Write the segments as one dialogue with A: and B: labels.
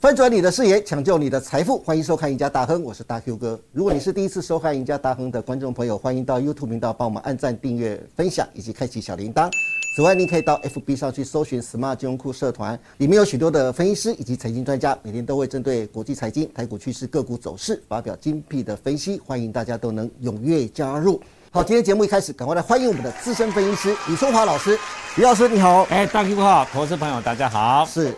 A: 翻转你的视野，抢救你的财富，欢迎收看《赢家大亨》，我是大 Q 哥。如果你是第一次收看《赢家大亨》的观众朋友，欢迎到 YouTube 频道帮我们按赞、订阅、分享以及开启小铃铛。此外，你可以到 FB 上去搜寻 “Smart 金融库社团”，里面有许多的分析师以及财经专家，每天都会针对国际财经、台股趋势、个股走势发表精辟的分析，欢迎大家都能踊跃加入。好，今天节目一开始，赶快来欢迎我们的资深分析师李松华老师。李老师，你好。
B: 哎，大 Q 好，投资朋友大家好。
A: 是。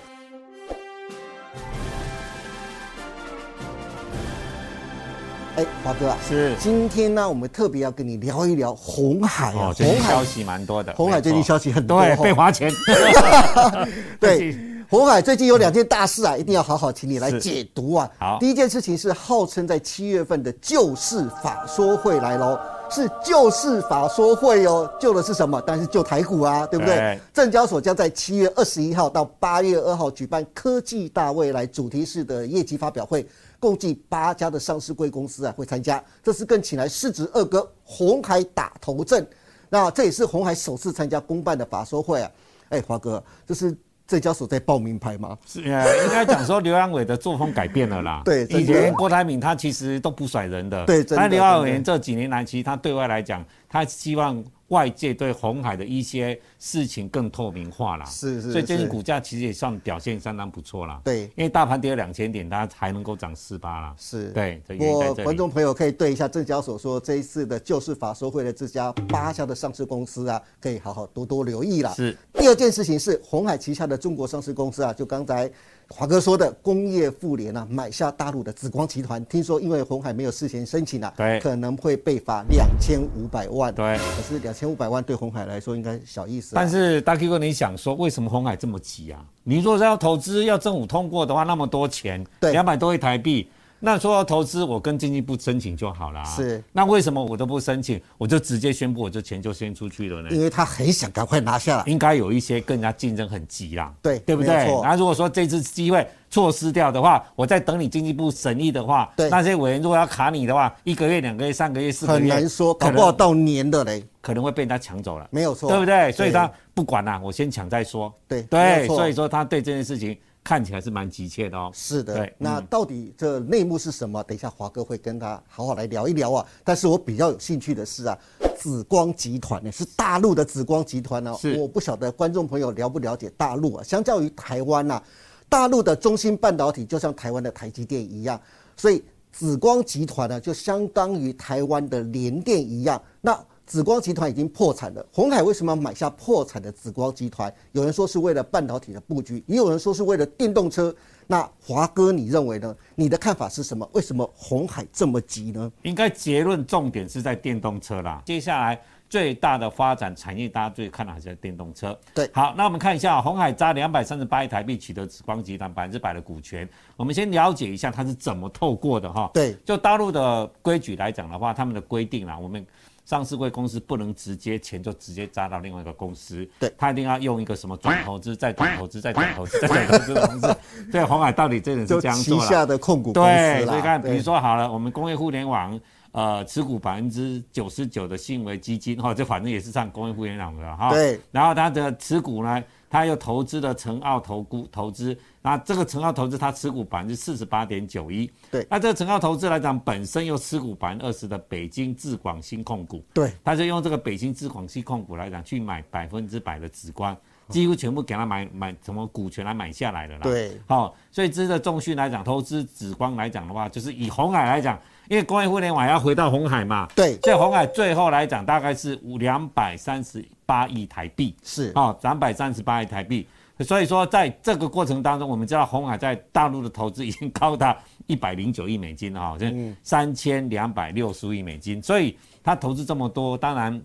A: 哎，华哥啊，
B: 是
A: 今天呢，我们特别要跟你聊一聊红海啊，
B: 哦，最
A: 红
B: 近
A: 海
B: 消，息蛮多的。
A: 红海
B: 没错
A: 最近消息很多
B: 对
A: 哦，
B: 被花钱。
A: 对，红海最近有两件大事啊，一定要好好请你来
B: 是
A: 解读啊。
B: 好
A: 第一件事情是号称在七月份的救市法说会来喽，是救市法说会哦，救的是什么？当然是救台股啊，对不对
B: 对？
A: 证交所将在七月二十一号到八月二号举办科技大未来主题式的业绩发表会，共计八家的上市贵公司啊会参加。这次更请来市值二哥红海打头阵，那这也是红海首次参加公办的法说会啊。哎，华哥，这是证交所在报名牌吗？
B: 是呃，应该讲说刘阳伟的作风改变了啦。
A: 对真的
B: 以前郭台铭他其实都不甩人的。
A: 对真的
B: 但刘阳
A: 真
B: 伟
A: 的
B: 这几年来，其实他对外来讲，他希望外界对红海的一些事情更透明化啦。
A: 是是
B: 所以最
A: 是
B: 近股价其实也算表现相当不错啦。
A: 对
B: 因为大盘跌了两千点，它还能够涨四八啦。
A: 是
B: 对，这原因在
A: 我
B: 这里
A: 观众朋友可以对一下证交所说，这一次的救市法收回的这家八家的上市公司啊，可以好好多多留意啦。
B: 是。
A: 第二件事情是，红海旗下的中国上市公司啊，就刚才华哥说的工业妇联啊，买下大陆的紫光集团，听说因为红海没有事前申请啊，
B: 对
A: 可能会被罚两千五百万。
B: 对
A: 可是两千五百万对红海来说应该小意思啊、
B: 但是大 Q 哥，你想说为什么红海这么急啊？你如果是要投资，要政府通过的话，那么多钱，
A: 对
B: 两百多亿台币，那说要投资，我跟经济部申请就好啦。
A: 是，
B: 那为什么我都不申请，我就直接宣布，我就钱就先出去了呢？
A: 因为他很想赶快拿下来。
B: 应该有一些更加竞争很急啦，
A: 对
B: 对不
A: 没
B: 对
A: 有错？
B: 那如果说这次机会错失掉的话，我再等你经济部审议的话，
A: 对
B: 那些委员如果要卡你的话，一个月、两个月、三个月、四个月，
A: 很难说，
B: 可
A: 搞
B: 能
A: 不好到年的嘞。
B: 可能会被人家抢走了，
A: 没有错
B: 对不
A: 对
B: 对？所以他不管啦、我先抢再说。
A: 对没有
B: 对，
A: 错
B: 所以说他对这件事情看起来是蛮急切的哦。
A: 是的
B: 对，，
A: 那到底这内幕是什么？等一下华哥会跟他好好来聊一聊啊。但是我比较有兴趣的是啊，紫光集团呢是大陆的紫光集团哦呢、
B: 是
A: 我不晓得观众朋友了不了解大陆啊。相较于台湾呐、大陆的中芯半导体就像台湾的台积电一样，所以紫光集团呢就相当于台湾的联电一样。那紫光集团已经破产了，红海为什么要买下破产的紫光集团？有人说是为了半导体的布局，也有人说是为了电动车。那华哥，你认为呢？你的看法是什么？为什么红海这么急呢？
B: 应该结论重点是在电动车啦。接下来最大的发展产业，大家最看的还是在电动车。
A: 对
B: 好，那我们看一下红海扎两百三十八亿台币取得紫光集团百分之百的股权。我们先了解一下它是怎么透过的哈。
A: 对
B: 就大陆的规矩来讲的话，他们的规定啦，我们。上市贵公司不能直接钱就直接扎到另外一个公司，
A: 对
B: 他一定要用一个什么 转投资、再转投资、再转投资、再转投资的方式。对，红海到底这人是
A: 就
B: 这样
A: 旗
B: 做啦
A: 下的控股公
B: 对，
A: 司
B: 所以
A: 啦，
B: 看，比如说好了，我们工业互联网，呃，持股百分之九十九的信维基金，哈、这反正也是上工业互联网的哈。
A: 对。
B: 然后它的持股呢，它又投资了成奥投估投资，那这个成奥投资它持股百分之四十八点九一。
A: 对
B: 那这个成奥投资来讲，本身又持股百分之二十的北京智广新控股。
A: 对
B: 他就用这个北京智广系控股来讲，去买百分之百的紫光，几乎全部给他买买什么股权来买下来的啦。
A: 对，
B: 好、所以这个重讯来讲，投资紫光来讲的话，就是以红海来讲，因为工业互联网要回到红海嘛，
A: 对
B: 所以红海最后来讲大概是五两百三十八亿台币，
A: 是
B: 哦，两百三十八亿台币。所以说，在这个过程当中，我们知道红海在大陆的投资已经高达一百零九亿美金了哈，
A: 嗯
B: 就是三千两百六十亿美金。所以他投资这么多，当然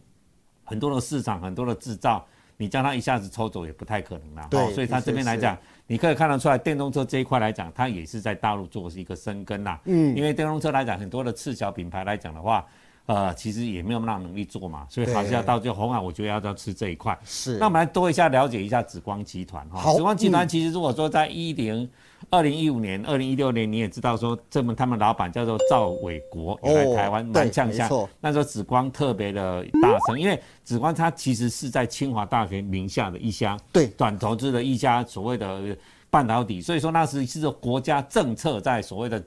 B: 很多的市场、很多的制造，你将它一下子抽走也不太可能啦。
A: 对
B: 哦所以他这边来讲，你可以看得出来，电动车这一块来讲，它也是在大陆做一个生根啦。嗯，因为电动车来讲，很多的次小品牌来讲的话。呃，其实也没有那能力做嘛，所以好像
A: 对
B: 到最后红海，我觉得要要吃这一块。
A: 是
B: 那我们来多一下了解一下紫光集团哈。
A: 好嗯
B: 紫光集团其实如果说在一零二零一五年、二零一六年，你也知道说，这么他们老板叫做赵伟国，
A: 哦
B: 也来台湾
A: 对
B: 蛮呛
A: 没
B: 下
A: 错。
B: 那时候紫光特别的大声，因为紫光它其实是在清华大学名下的一家
A: 对
B: 转投资的一家所谓的半导体，所以说那是是国家政策在所谓的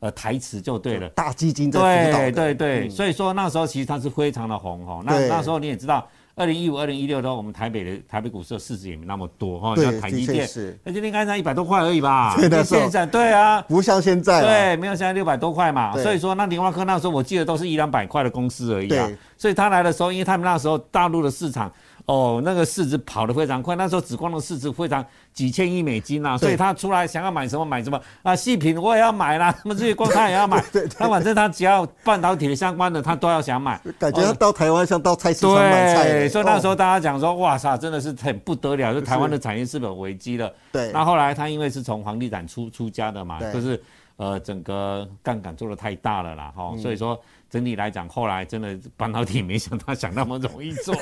B: 呃台词就对了。
A: 大基金在主导
B: 对
A: 的，嗯
B: 对对，所以说那时候其实它是非常的红哦。那
A: 对
B: 那时候你也知道，二零一五、二零一六的时候，我们台北的台北股市的市值也没那么多哈，
A: 对
B: 像台积
A: 的确
B: 电
A: 是，
B: 台积电刚才一百多块而已吧，
A: 对那
B: 跟
A: 时候
B: 现在对啊。
A: 不像现在了，
B: 对，没有现在六百多块嘛，
A: 哦对
B: 所以说那联发科那时候我记得都是一两百块的公司而已啊
A: 对，
B: 所以他来的时候，因为他们那时候大陆的市场哦，那个市值跑得非常快，那时候紫光的市值非常几千亿美金啊，
A: 对
B: 所以他出来想要买什么买什么啊，细品我也要买啦， 什么这些光他 也要买，那反正他只要半导体的相关的他都要想买，
A: 感觉他
B: 哦
A: 到台湾像到菜市场买菜
B: 对，
A: 了。
B: 所以那时
A: 哦
B: 候大家讲说，哇塞，真的是很不得了，就台湾的产业是不是有危机了？
A: 对
B: 那后来他因为是从房地产出出家的嘛
A: 对，
B: 就是呃整个杠杆做的太大了啦，哈、所以说整体来讲，后来真的半导体没想到想那么容易做，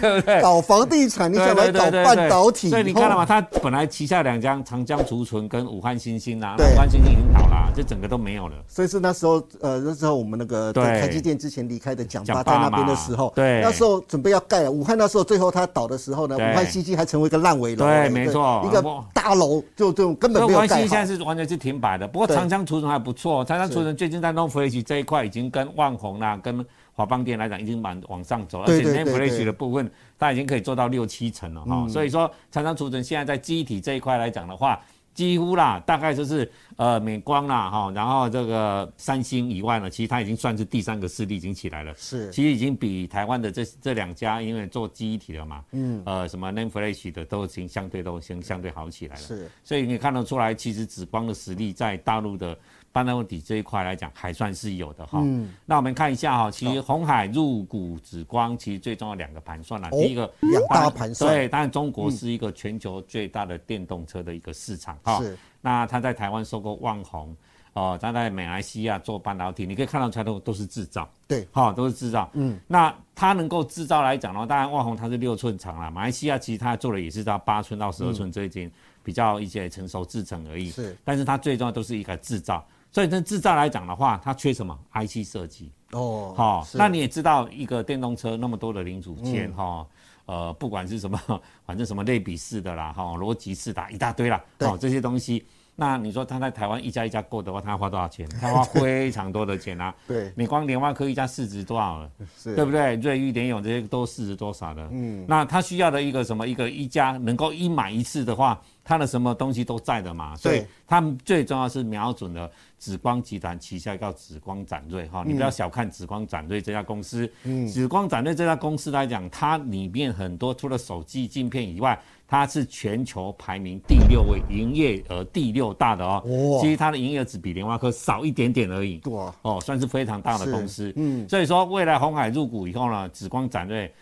B: 对不对？
A: 搞房地产，你想来搞半导体，
B: 所以你看了
A: 哦
B: 嘛，他本来旗下两家长江储存跟武汉新兴啊，那
A: 对
B: 武汉新兴已经倒啦，就整个都没有了。
A: 所以是那时候，呃，那时候我们那个
B: 对
A: 在台积电之前离开的蒋巴在
B: 蒋巴
A: 那边的
B: 嘛
A: 时候，
B: 对
A: 那时候准备要盖了。武汉那时候最后他倒的时候呢，
B: 对
A: 武汉西基还成为一个烂尾楼，
B: 对
A: 哎
B: 没错
A: 一个
B: 我
A: 大楼就这种根本
B: 所以
A: 没有
B: 关系
A: 盖
B: 现在
A: 好。
B: 是完全是停摆的。不过
A: 对
B: 长江储存还不错，哦长江储存最近在 n o r Flash 这一块已经跟万宏啦、跟华邦店来讲已经蛮往上走，
A: 对
B: 而且
A: 对
B: n o
A: 对
B: r
A: 对嗯
B: Flash 的部分它已经可以做到六七成了哈、所以说长江储存现在在机体这一块来讲的话。几乎啦，大概就是呃美光啦哈，然后这个三星以外呢，其实它已经算是第三个势力已经起来了。
A: 是
B: 其实已经比台湾的这这两家，因为做记忆体的嘛，嗯，呃，什么 Name Flash 的都已经相对都先相对好起来了。
A: 是，
B: 所以你看得出来，其实紫光的实力在大陆的半导体这一块来讲，还算是有的哈。
A: 嗯
B: 那我们看一下哈，其实红海入股紫光，其实最重要两个盘算啦。啊
A: 哦
B: 第一个，
A: 两大
B: 当然
A: 盘算
B: 对，当然中国是一个全球最大的电动车的一个市场哈。
A: 是
B: 那他在台湾收购万宏，哦，他在马来西亚做半导体，你可以看到它都都是制造。
A: 对，
B: 好、都是制造。嗯，那它能够制造来讲呢，当然万宏它是六寸长啦，马来西亚其实它做的也是到八寸到十二寸，这已经比较一些成熟制成而已。
A: 嗯是，
B: 但是它最重要都是一个制造。所以这制造来讲的话，它缺什么？IC 设计。
A: 哦，
B: 好、
A: 是嗯
B: 那你也知道一个电动车那么多的零组件哈、呃，不管是什么，反正什么类比式的啦，哈、逻辑式的啊一大堆啦，
A: 对
B: 哦，这些东西。那你说他在台湾一家一家购的话，他要花多少钱？他要 花非常多的钱啊！
A: 对
B: 你光联发科一家市值多少了？
A: 是
B: 对不对？瑞昱、联咏这些都市值多少的？嗯，那他需要的一个什么一个一家能够一买一次的话，他的什么东西都在的嘛，所以他们最重要是瞄准了紫光集团旗下叫紫光展锐哈，你不要小看紫光展锐这家公司，嗯，紫光展锐这家公司来讲，它里面很多除了手机镜片以外。它是全球排名第六位，营业额第六大的哦。
A: 哇
B: 其实它的营业额只比联发科少一点点而已。
A: 哇，
B: 哦，算是非常大的
A: 是
B: 公司。嗯，所以说未来红海入股以后呢，紫光展锐，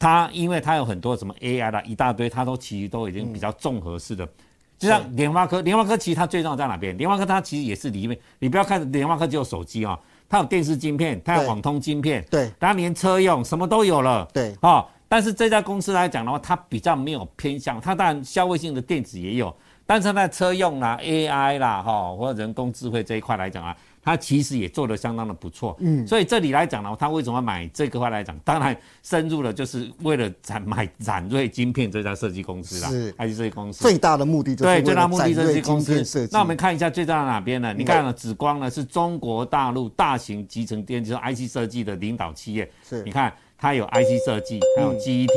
B: 它因为它有很多什么 AI 啦，一大堆，它都其实都已
A: 嗯
B: 经比较综合式的。就像联发科，联发科其实它最重要在哪边？联发科它其实也是里面，你不要看联发科只有手机哦，它有电视晶片，它
A: 对
B: 有网通晶片，
A: 对
B: 它连车用什么都有了。
A: 对
B: 哦，但是这家公司来讲的话，它比较没有偏向，它当然消费性的电子也有，但是它在车用啦、AI 啦、哈、或者人工智慧这一块来讲啊，它其实也做得相当的不错。嗯，所以这里来讲呢，它为什么买这个块来讲？当然深入了，就是为了展买展锐晶片这家设计公司啦，
A: 是
B: IC 设计公司。
A: 最大的目的就是
B: 对，最
A: 为
B: 大
A: 了
B: 目
A: 展
B: 的这
A: 锐
B: 些公
A: 晶片
B: 司
A: 设。计
B: 那我们看一下最大的哪边呢？你看了紫光呢，是中国大陆大型集成电就是 IC 设计的领导企业。
A: 是嗯
B: 你看它有 IC 设计，它有记忆体，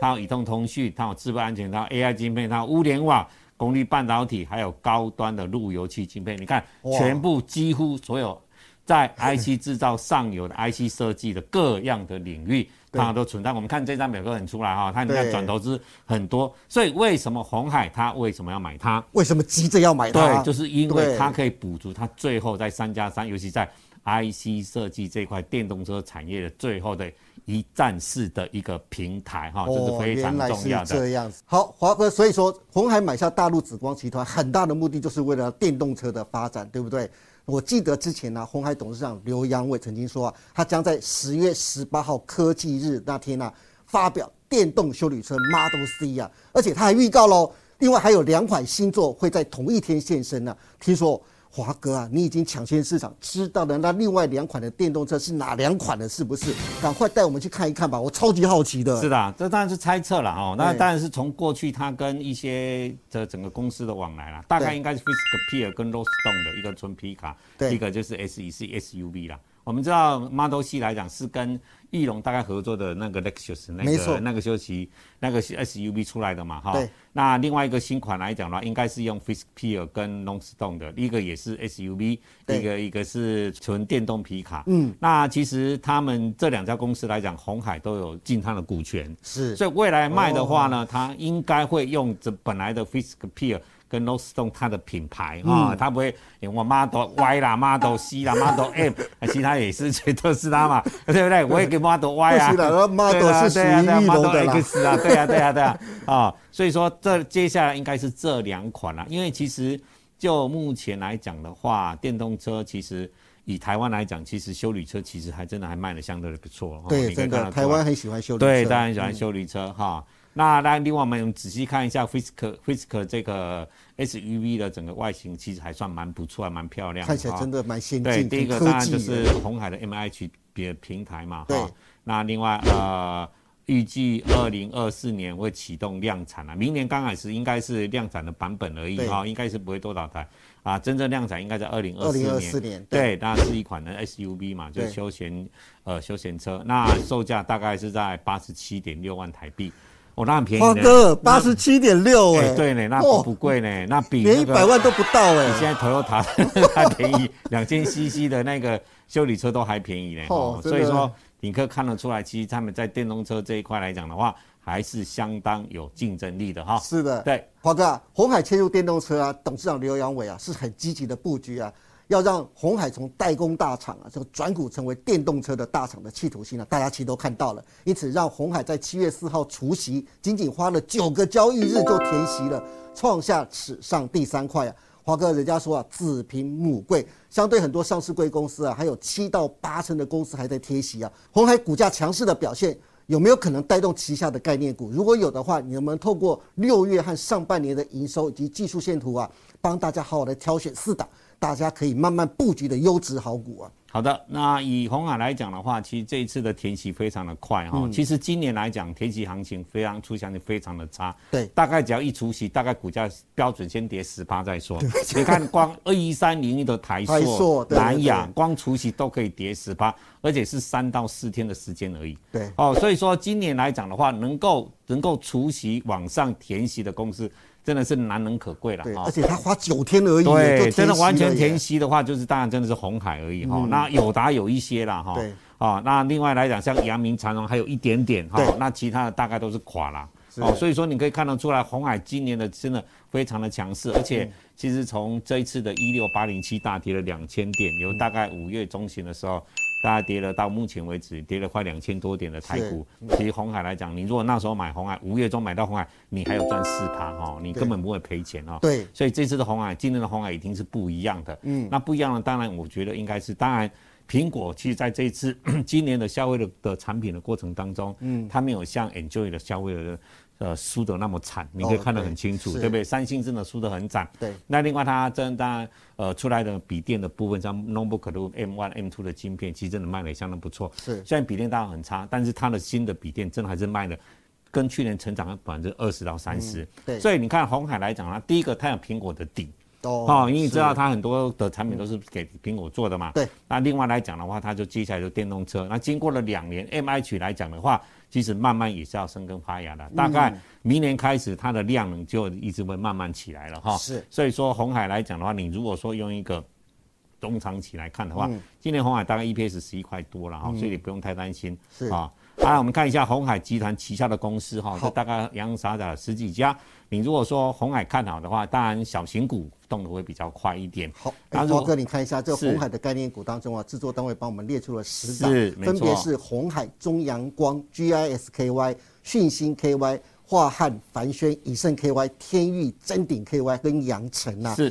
B: 它有移动通讯，它有智慧安全，它有 AI 晶片，它有物联网。功率半导体，还有高端的路由器晶片，你看，
A: 哇
B: 全部几乎所有 在 IC 制造上游的 IC 设计的各样的领域，它都存在。我们看这张表格很出来哈、它你看
A: 对
B: 转投资很多，所以为什么红海它为什么要买它？
A: 为什么急着要买它？
B: 对，就是因
A: 对
B: 为它可以补足它最后在三加三，尤其在 IC 设计这块电动车产业的最后的一站式的一个平台哈，这是非常
A: 哦原来
B: 重要
A: 是
B: 的。
A: 这样子。好，华哥，所以说红海买下大陆紫光集团，很大的目的就是为了电动车的发展，对不对？我记得之前呢、红海董事长刘扬伟曾经说啊，他将在十月十八号科技日那天呢、发表电动修理车 Model C 啊，而且他还预告喽，另外还有两款新作会在同一天现身呢、听说华哥啊，你已经抢先市场知道了，那另外两款的电动车是哪两款了？是不是？赶快带我们去看一看吧，我超级好奇的。
B: 是的，啊这当然是猜测了哦。那
A: 对
B: 当然是从过去他跟一些这整个公司的往来啦，大概
A: 对
B: 应该是 Fisker Pier 跟 r o s t o n e 的一个纯皮卡，
A: 对
B: 一个就是 E SEC SUV 啦。我们知道 Model C 来讲是跟翼龙大概合作的那个 Lexus 那
A: 没错
B: 个那个休息那个呃 SUV 出来的嘛哈
A: 对。
B: 那另外一个新款来讲的话，应该是用 Fisker Pier 跟 r o s t o n e 的，一个也是 SUV，
A: 对
B: 一个一个是纯电动皮卡。嗯，那其实他们这两家公司来讲，红海都有进它的股权。
A: 是哦
B: 所以未来卖的话呢，它应该会用这本来的 Fisker Pier 跟 Lodestone 它的品牌
A: 嗯
B: 啊，它不会欸我 Model Y 啦、Model C 啦、Model M，啊 其他也是全都是它嘛， 对不对？我也给 Model Y 啊
A: 不行啦那，Model
B: 对啊
A: 是属于翼龙的啦
B: 对啊对啊，Model X 啊，对啊对啊对啊啊，所以说这接下来应该是这两款啦，因为其实就目前来讲的话，电动车其实。以台湾来讲，其实修理车其实还真的还卖的相对的不错哦。
A: 对，
B: 你可以
A: 真
B: 看
A: 的，
B: 得出
A: 台
B: 来
A: 湾很喜欢修理车。嗯
B: 对，当然喜欢修理车哈。那那另外我们仔细看一下 Fisker Fisker 这个 SUV 的整个外形，其实还算蛮不错，还蛮漂亮的。
A: 看起来
B: 哈
A: 真的蛮先进，
B: 对，
A: 很
B: 第一个
A: 科
B: 当然
A: 技
B: 就是
A: 的
B: 红海的 MH 别平台嘛，
A: 对
B: 哈。那另外呃，预计二零二四年会启动量产啊，明年刚开始应该是量产的版本而已
A: 对
B: 哈，应该是不会多少台啊，真正量产应该在二零二
A: 二
B: 四
A: 零二
B: 年
A: 四。年，
B: 对，那是一款的 SUV 嘛，就是
A: 对
B: 休闲呃休闲车，那售价大概是在八十七点六万台币，哦，那很便宜
A: 华
B: 呢
A: 哥八十七点六
B: 那哎、
A: 哎，
B: 对呢，那
A: 哦
B: 不不贵呢，那比
A: 连
B: 那
A: 一百
B: 个
A: 万都不到哎，
B: 现在 Toyota 还便宜，两千 CC 的那个修理车都还便宜呢，
A: 哦
B: 哦，
A: 真
B: 所以
A: 的
B: 说领克看得出来，其实他们在电动车这一块来讲的话，还是相当有竞争力的哈，
A: 是的，
B: 对，
A: 华哥、啊，红海切入电动车啊，董事长刘阳伟啊是很积极的布局啊，要让红海从代工大厂啊，就转股成为电动车的大厂的企图心啊，大家其实都看到了。因此，让红海在七月四号除夕，仅仅花了九个交易日就填息了，创下史上第三块啊。华哥，人家说啊，子平母贵，相对很多上市贵公司啊，还有七到八成的公司还在贴息啊。红海股价强势的表现，有没有可能带动旗下的概念股？如果有的话，你能不能透过六月和上半年的营收以及技术线图啊，帮大家好好的挑选四档，大家可以慢慢布局的优质好股啊？
B: 好的，那以红海来讲的话，其实这一次的填息非常的快
A: 嗯
B: 哈、其实今年来讲，填息行情非常出现的非常的差。
A: 对
B: 大概只要一除息，大概股价标准先跌十趴再说。你看光二一三零一的台
A: 台
B: 硕
A: 塑、对对
B: 南亚
A: 对，
B: 光除息都可以跌十趴，而且是三到四天的时间而已。
A: 对
B: 哦，所以说今年来讲的话，能够能够除息往上填息的公司，真的是难能可贵了
A: 对，
B: 哈
A: 而且他花九天而已，啊就
B: 对，
A: 填
B: 真的
A: 息
B: 完全
A: 了耶嗯
B: 填息的话，就是当然真的是红海而已哈、那友达有一些啦哈，
A: 对
B: 啊、那另外来讲，像阳明、长荣还有一点点哈、
A: 对
B: 那其他的大概都是垮啦。
A: 是
B: 哦，所以说你可以看得出来，红海今年的真的非常的强势，而
A: 嗯
B: 且其实从这一次的一六八零七大跌了两千点，
A: 嗯
B: 由大概五月中旬的时候，大概跌了到目前为止跌了快两千多点的台股。
A: 嗯
B: 其实红海来讲，你如果那时候买红海，五月中买到红海，你还有赚四趴哈，你根本不会赔钱哦。
A: 对
B: 所以这次的红海，今年的红海已经是不一样的。嗯，那不一样的，当然我觉得应该是，当然苹果其实在这一次 今年的消费的的产品的过程当中，嗯，它没有像 Enjoy 的消费的呃输的那么惨，你可以
A: 哦
B: 看得
A: 对
B: 很清楚，
A: 是
B: 对不对？三星真的输得很惨。
A: 对
B: 那另外它真的当然呃出来的笔电的部分，像 Notebook 的 M1、M2 的晶片，其实真的卖的相当不错。
A: 是
B: 虽然笔电当然很差，但是它的新的笔电真的还是卖的。跟去年成长了百分之二十到三十、
A: 对
B: 所以你看红海来讲啊，第一个它有苹果的底，
A: 哦
B: 哦，因为你知道它很多的产品都是给苹果做的嘛。
A: 对。
B: 那另外来讲的话，它就接下来就电动车。那经过了两年，M H 来讲的话，其实慢慢也是要生根发芽
A: 嗯
B: 了。大概明年开始，它的量能就一直会慢慢起来了哈。
A: 是。
B: 所以说，红海来讲的话，你如果说用一个中长期来看的话，
A: 嗯
B: 今年红海大概 EPS 十一块多了哈，所以你不用太担心。
A: 是
B: 啊。啊，我们看一下红海集团旗下的公司哈，
A: 好
B: 这大概洋洋洒洒十几家。你如果说红海看好的话，当然小型股动得会比较快一点。
A: 好，
B: 那
A: 哎
B: 如
A: 华
B: 果
A: 哥，你看一下这
B: 是
A: 红海的概念股当中啊，制作单位帮我们列出了十档
B: 是，没
A: 分别
B: 错
A: 是红海、中阳光、GISKY、讯星 KY、华汉、凡轩、以盛 KY、天域、臻鼎 KY 跟阳城啊。
B: 是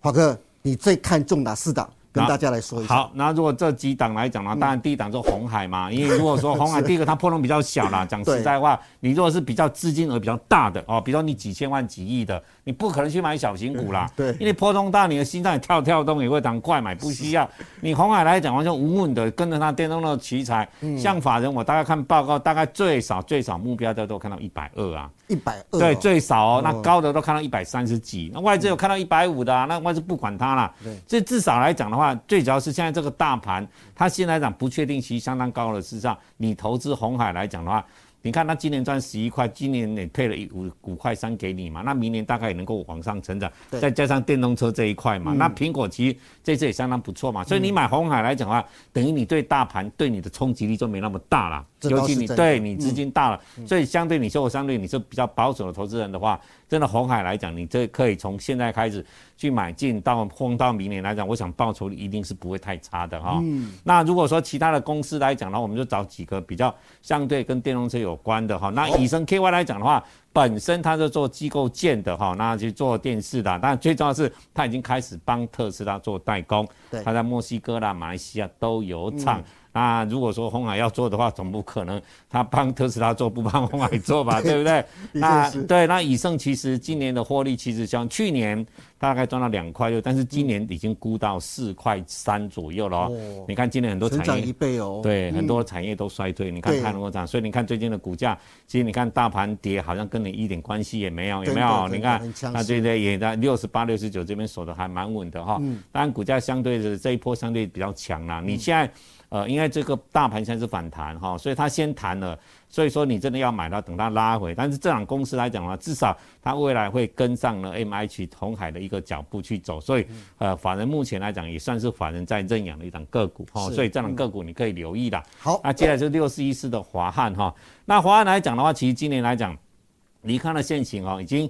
A: 华哥，你最看重哪四档？跟大家来说一下。嗯
B: 好，那如果这几档来讲呢，当然第一档就红海嘛， 因为如果说 红海第一个它波动比较小啦，讲实在话，你如果是比较资金额比较大的哦，比如说你几千万、几亿的，你不可能去买小型股啦，
A: 嗯对
B: 因为波动大，你的心脏也跳跳动也会长快买，不需要。你红海来讲，完全稳稳的跟着它电动的题材，
A: 嗯
B: 像法人我大概看报告，大概最少最少目标在都看到一百二啊，
A: 一百二，
B: 对，最少哦，那
A: 哦
B: 高的都看到一百三十几，那外资有看到一百五的啊，那外资不管它啦
A: 对。
B: 所以至少来讲的话，最主要是现在这个大盘，它现在来讲不确定性相当高的，事实上你投资红海来讲的话。你看，它今年赚十一块，今年也配了一五五块三给你嘛，那明年大概也能够往上成长，
A: 对嗯
B: 再加上电动车这一块嘛，那苹果其实这次也相当不错嘛，所以你买红海来讲的话，等于你对大盘对你的冲击力就没那么大啦，
A: 这倒
B: 尤其
A: 是
B: 你
A: 真的嗯
B: 对你资金大了，所以相对你说我相对你是比较保守的投资人的话，真的红海来讲，你这可以从现在开始去买进，到轰到明年来讲，我想报酬率一定是不会太差的哈、
A: 嗯
B: 那如果说其他的公司来讲呢，我们就找几个比较相对跟电动车有关的
A: 哦
B: 哈。那以升 KY 来讲的话，本身它是做机构建的哈，那去做电视的，但最重要的是它已经开始帮特斯拉做代工
A: 对，嗯
B: 它在墨西哥啦、马来西亚都有厂。那如果说红海要做的话，总不可能他帮特斯拉做，不帮红海 做吧，对不对？
A: 的确
B: 那
A: 是
B: 对，那以盛其实今年的获利其实像去年大概赚到两块六，但是今年已经估到四块三左右了哦。
A: 哦
B: 你看今年很多
A: 成
B: 产
A: 长一
B: 业。
A: 倍哦。
B: 对，很多产业都衰退，你看
A: 对
B: 太能够涨，所以你看最近的股价，其实你看大盘跌，好像跟你一点关系也没有，有
A: 真
B: 没
A: 的
B: 有？
A: 真的
B: 你
A: 很
B: 看
A: 强，势
B: 那对对，也在六十八、六十九这边守的还蛮稳的哈。
A: 嗯
B: 当然，股价相对的这一波相对比较强啦。你现在，呃，因为这个大盘现在是反弹哈，所以它先弹了，所以说你真的要买到，等它拉回。但是这档公司来讲的话，至少它未来会跟上了 M H 红海的一个脚步去走，所以呃，法人目前来讲也算是法人在认养的一档个股哈，
A: 是
B: 所以这档个股你可以留意啦。
A: 好，
B: 那接下来是六四一四的华汉哈，那华汉来讲的话，其实今年来讲，离开了现行哦，已经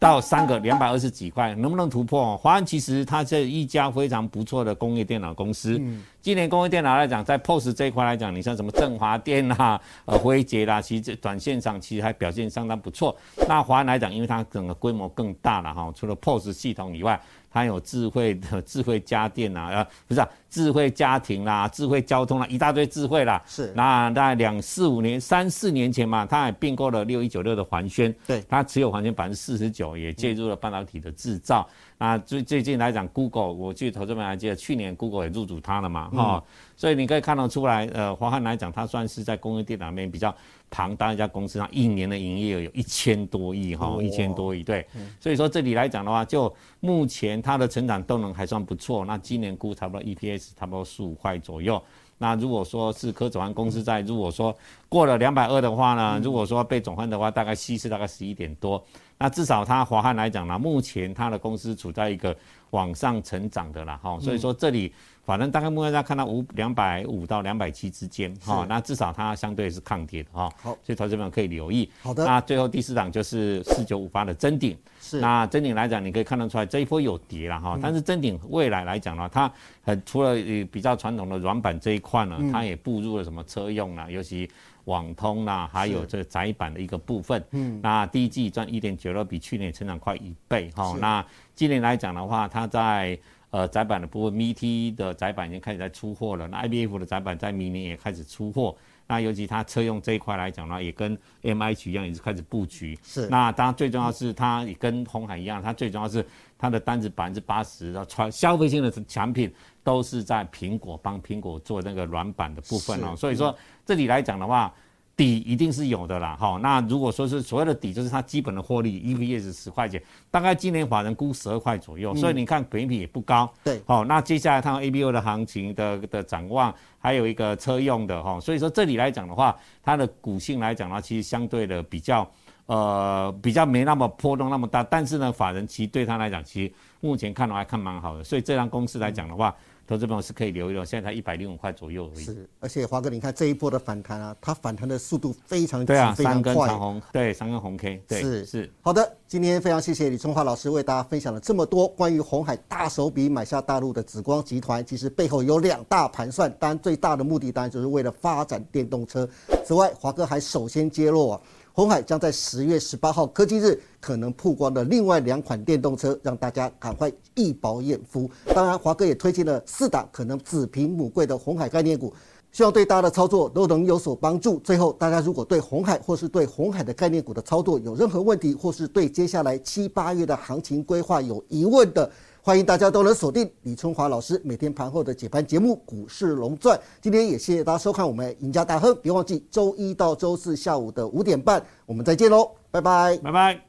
B: 到三个两百二十几块，能不能突破、哦？华安其实它是一家非常不错的工业电脑公司。今年工业电脑来讲，在 POS 这一块来讲，你像什么振华电啦、呃辉捷啦，其实这短线上其实还表现相当不错。那华安来讲，因为它整个规模更大了哈，除了 POS 系统以外。它有智慧的智慧家电啦、呃，不是、啊、智慧家庭啦、智慧交通啦，一大堆智慧啦。
A: 是
B: 那大概两四五年、三四年前嘛，它也并购了六一九六的环轩，
A: 对
B: 它持有环轩百分之四十九，也介入了半导体的制造。那最最近来讲，Google，我记得投资们还记得去年 Google 也入主它了嘛，哈、
A: 嗯
B: 所以你可以看得出来，呃，华汉来讲，它算是在工业电脑里面比较庞大一家公司，它一年的营业额有一千多亿哈，
A: 哇
B: 一千多亿，对，所以说这里来讲的话，就目前它的成长动能还算不错，那今年估差不多 EPS 差不多十五块左右。那如果说是科总换公司在，如果说过了两百二的话呢，如果说被总换的话，大概稀释大概十一点多。那至少它华汉来讲呢，目前它的公司处在一个往上成长的啦，哈、所以
A: 嗯
B: 说这里反正大概目前大家看到五两百五到两百七之间，哈、
A: 是
B: 那至少它相对是抗跌的哈、
A: 好
B: 所以投资朋友可以留意。
A: 好的
B: 那最后第四档就是四九五八的真顶，
A: 是嗯
B: 那真顶来讲，你可以看得出来这一波有跌了哈，但是真顶未来来讲呢，它很除了呃比较传统的软板这一块呢，
A: 嗯
B: 它也步入了什么车用啦，尤其网通啦，还有这窄板的一个部分。嗯，那第一季赚一点九六，比去年成长快一倍哈。
A: 是
B: 那今年来讲的话，它在呃窄板的部分，MT 的窄板已经开始在出货了，那 IBF 的窄板在明年也开始出货。那尤其它车用这一块来讲呢，也跟 MH 一样，也是开始布局。
A: 是
B: 那当然最重要是它也跟红海一样，它最重要是它的单子百分之八十的传消费性的产品都是在苹果帮苹果做那个软板的部分哦。
A: 是
B: 所以说这里来讲的话。底一定是有的啦，哈、那如果说是所谓的底，就是它基本的获利，EPS 十块钱，大概今年法人估十二块左右，所以你看本益比也不高，
A: 对
B: 好、哦那接下来看 A B O 的行情的的展望，还有一个车用的哈、所以说这里来讲的话，它的股性来讲的话，其实相对的比较呃比较没那么波动那么大，但是呢，法人其实对它来讲，其实目前看的话还看蛮好的，所以这张公司来讲的话，投资朋友是可以留一留，现在才一百零五块左右而已。
A: 是，而且华哥，你看这一波的反弹啊，它反弹的速度非常急
B: 对啊，
A: 非
B: 三
A: 常
B: 根
A: 快。
B: 长红，对，三根红 K，对，
A: 是
B: 是，
A: 好的，今天非常谢谢李春华老师为大家分享了这么多关于红海大手笔买下大陆的紫光集团，其实背后有两大盘算，当然最大的目的当然就是为了发展电动车。此外，华哥还首先揭露啊，红海将在十月十八号科技日可能曝光了另外两款电动车，让大家赶快一饱眼福。当然，华哥也推荐了四档可能子平母贵的红海概念股。希望对大家的操作都能有所帮助。最后，大家如果对红海或是对红海的概念股的操作有任何问题，或是对接下来七八月的行情规划有疑问的，欢迎大家都能锁定李春华老师每天盘后的解盘节目《股市龙钻》。今天也谢谢大家收看我们赢家大亨，别忘记周一到周四下午的五点半，我们再见喽，拜拜。
B: 拜拜。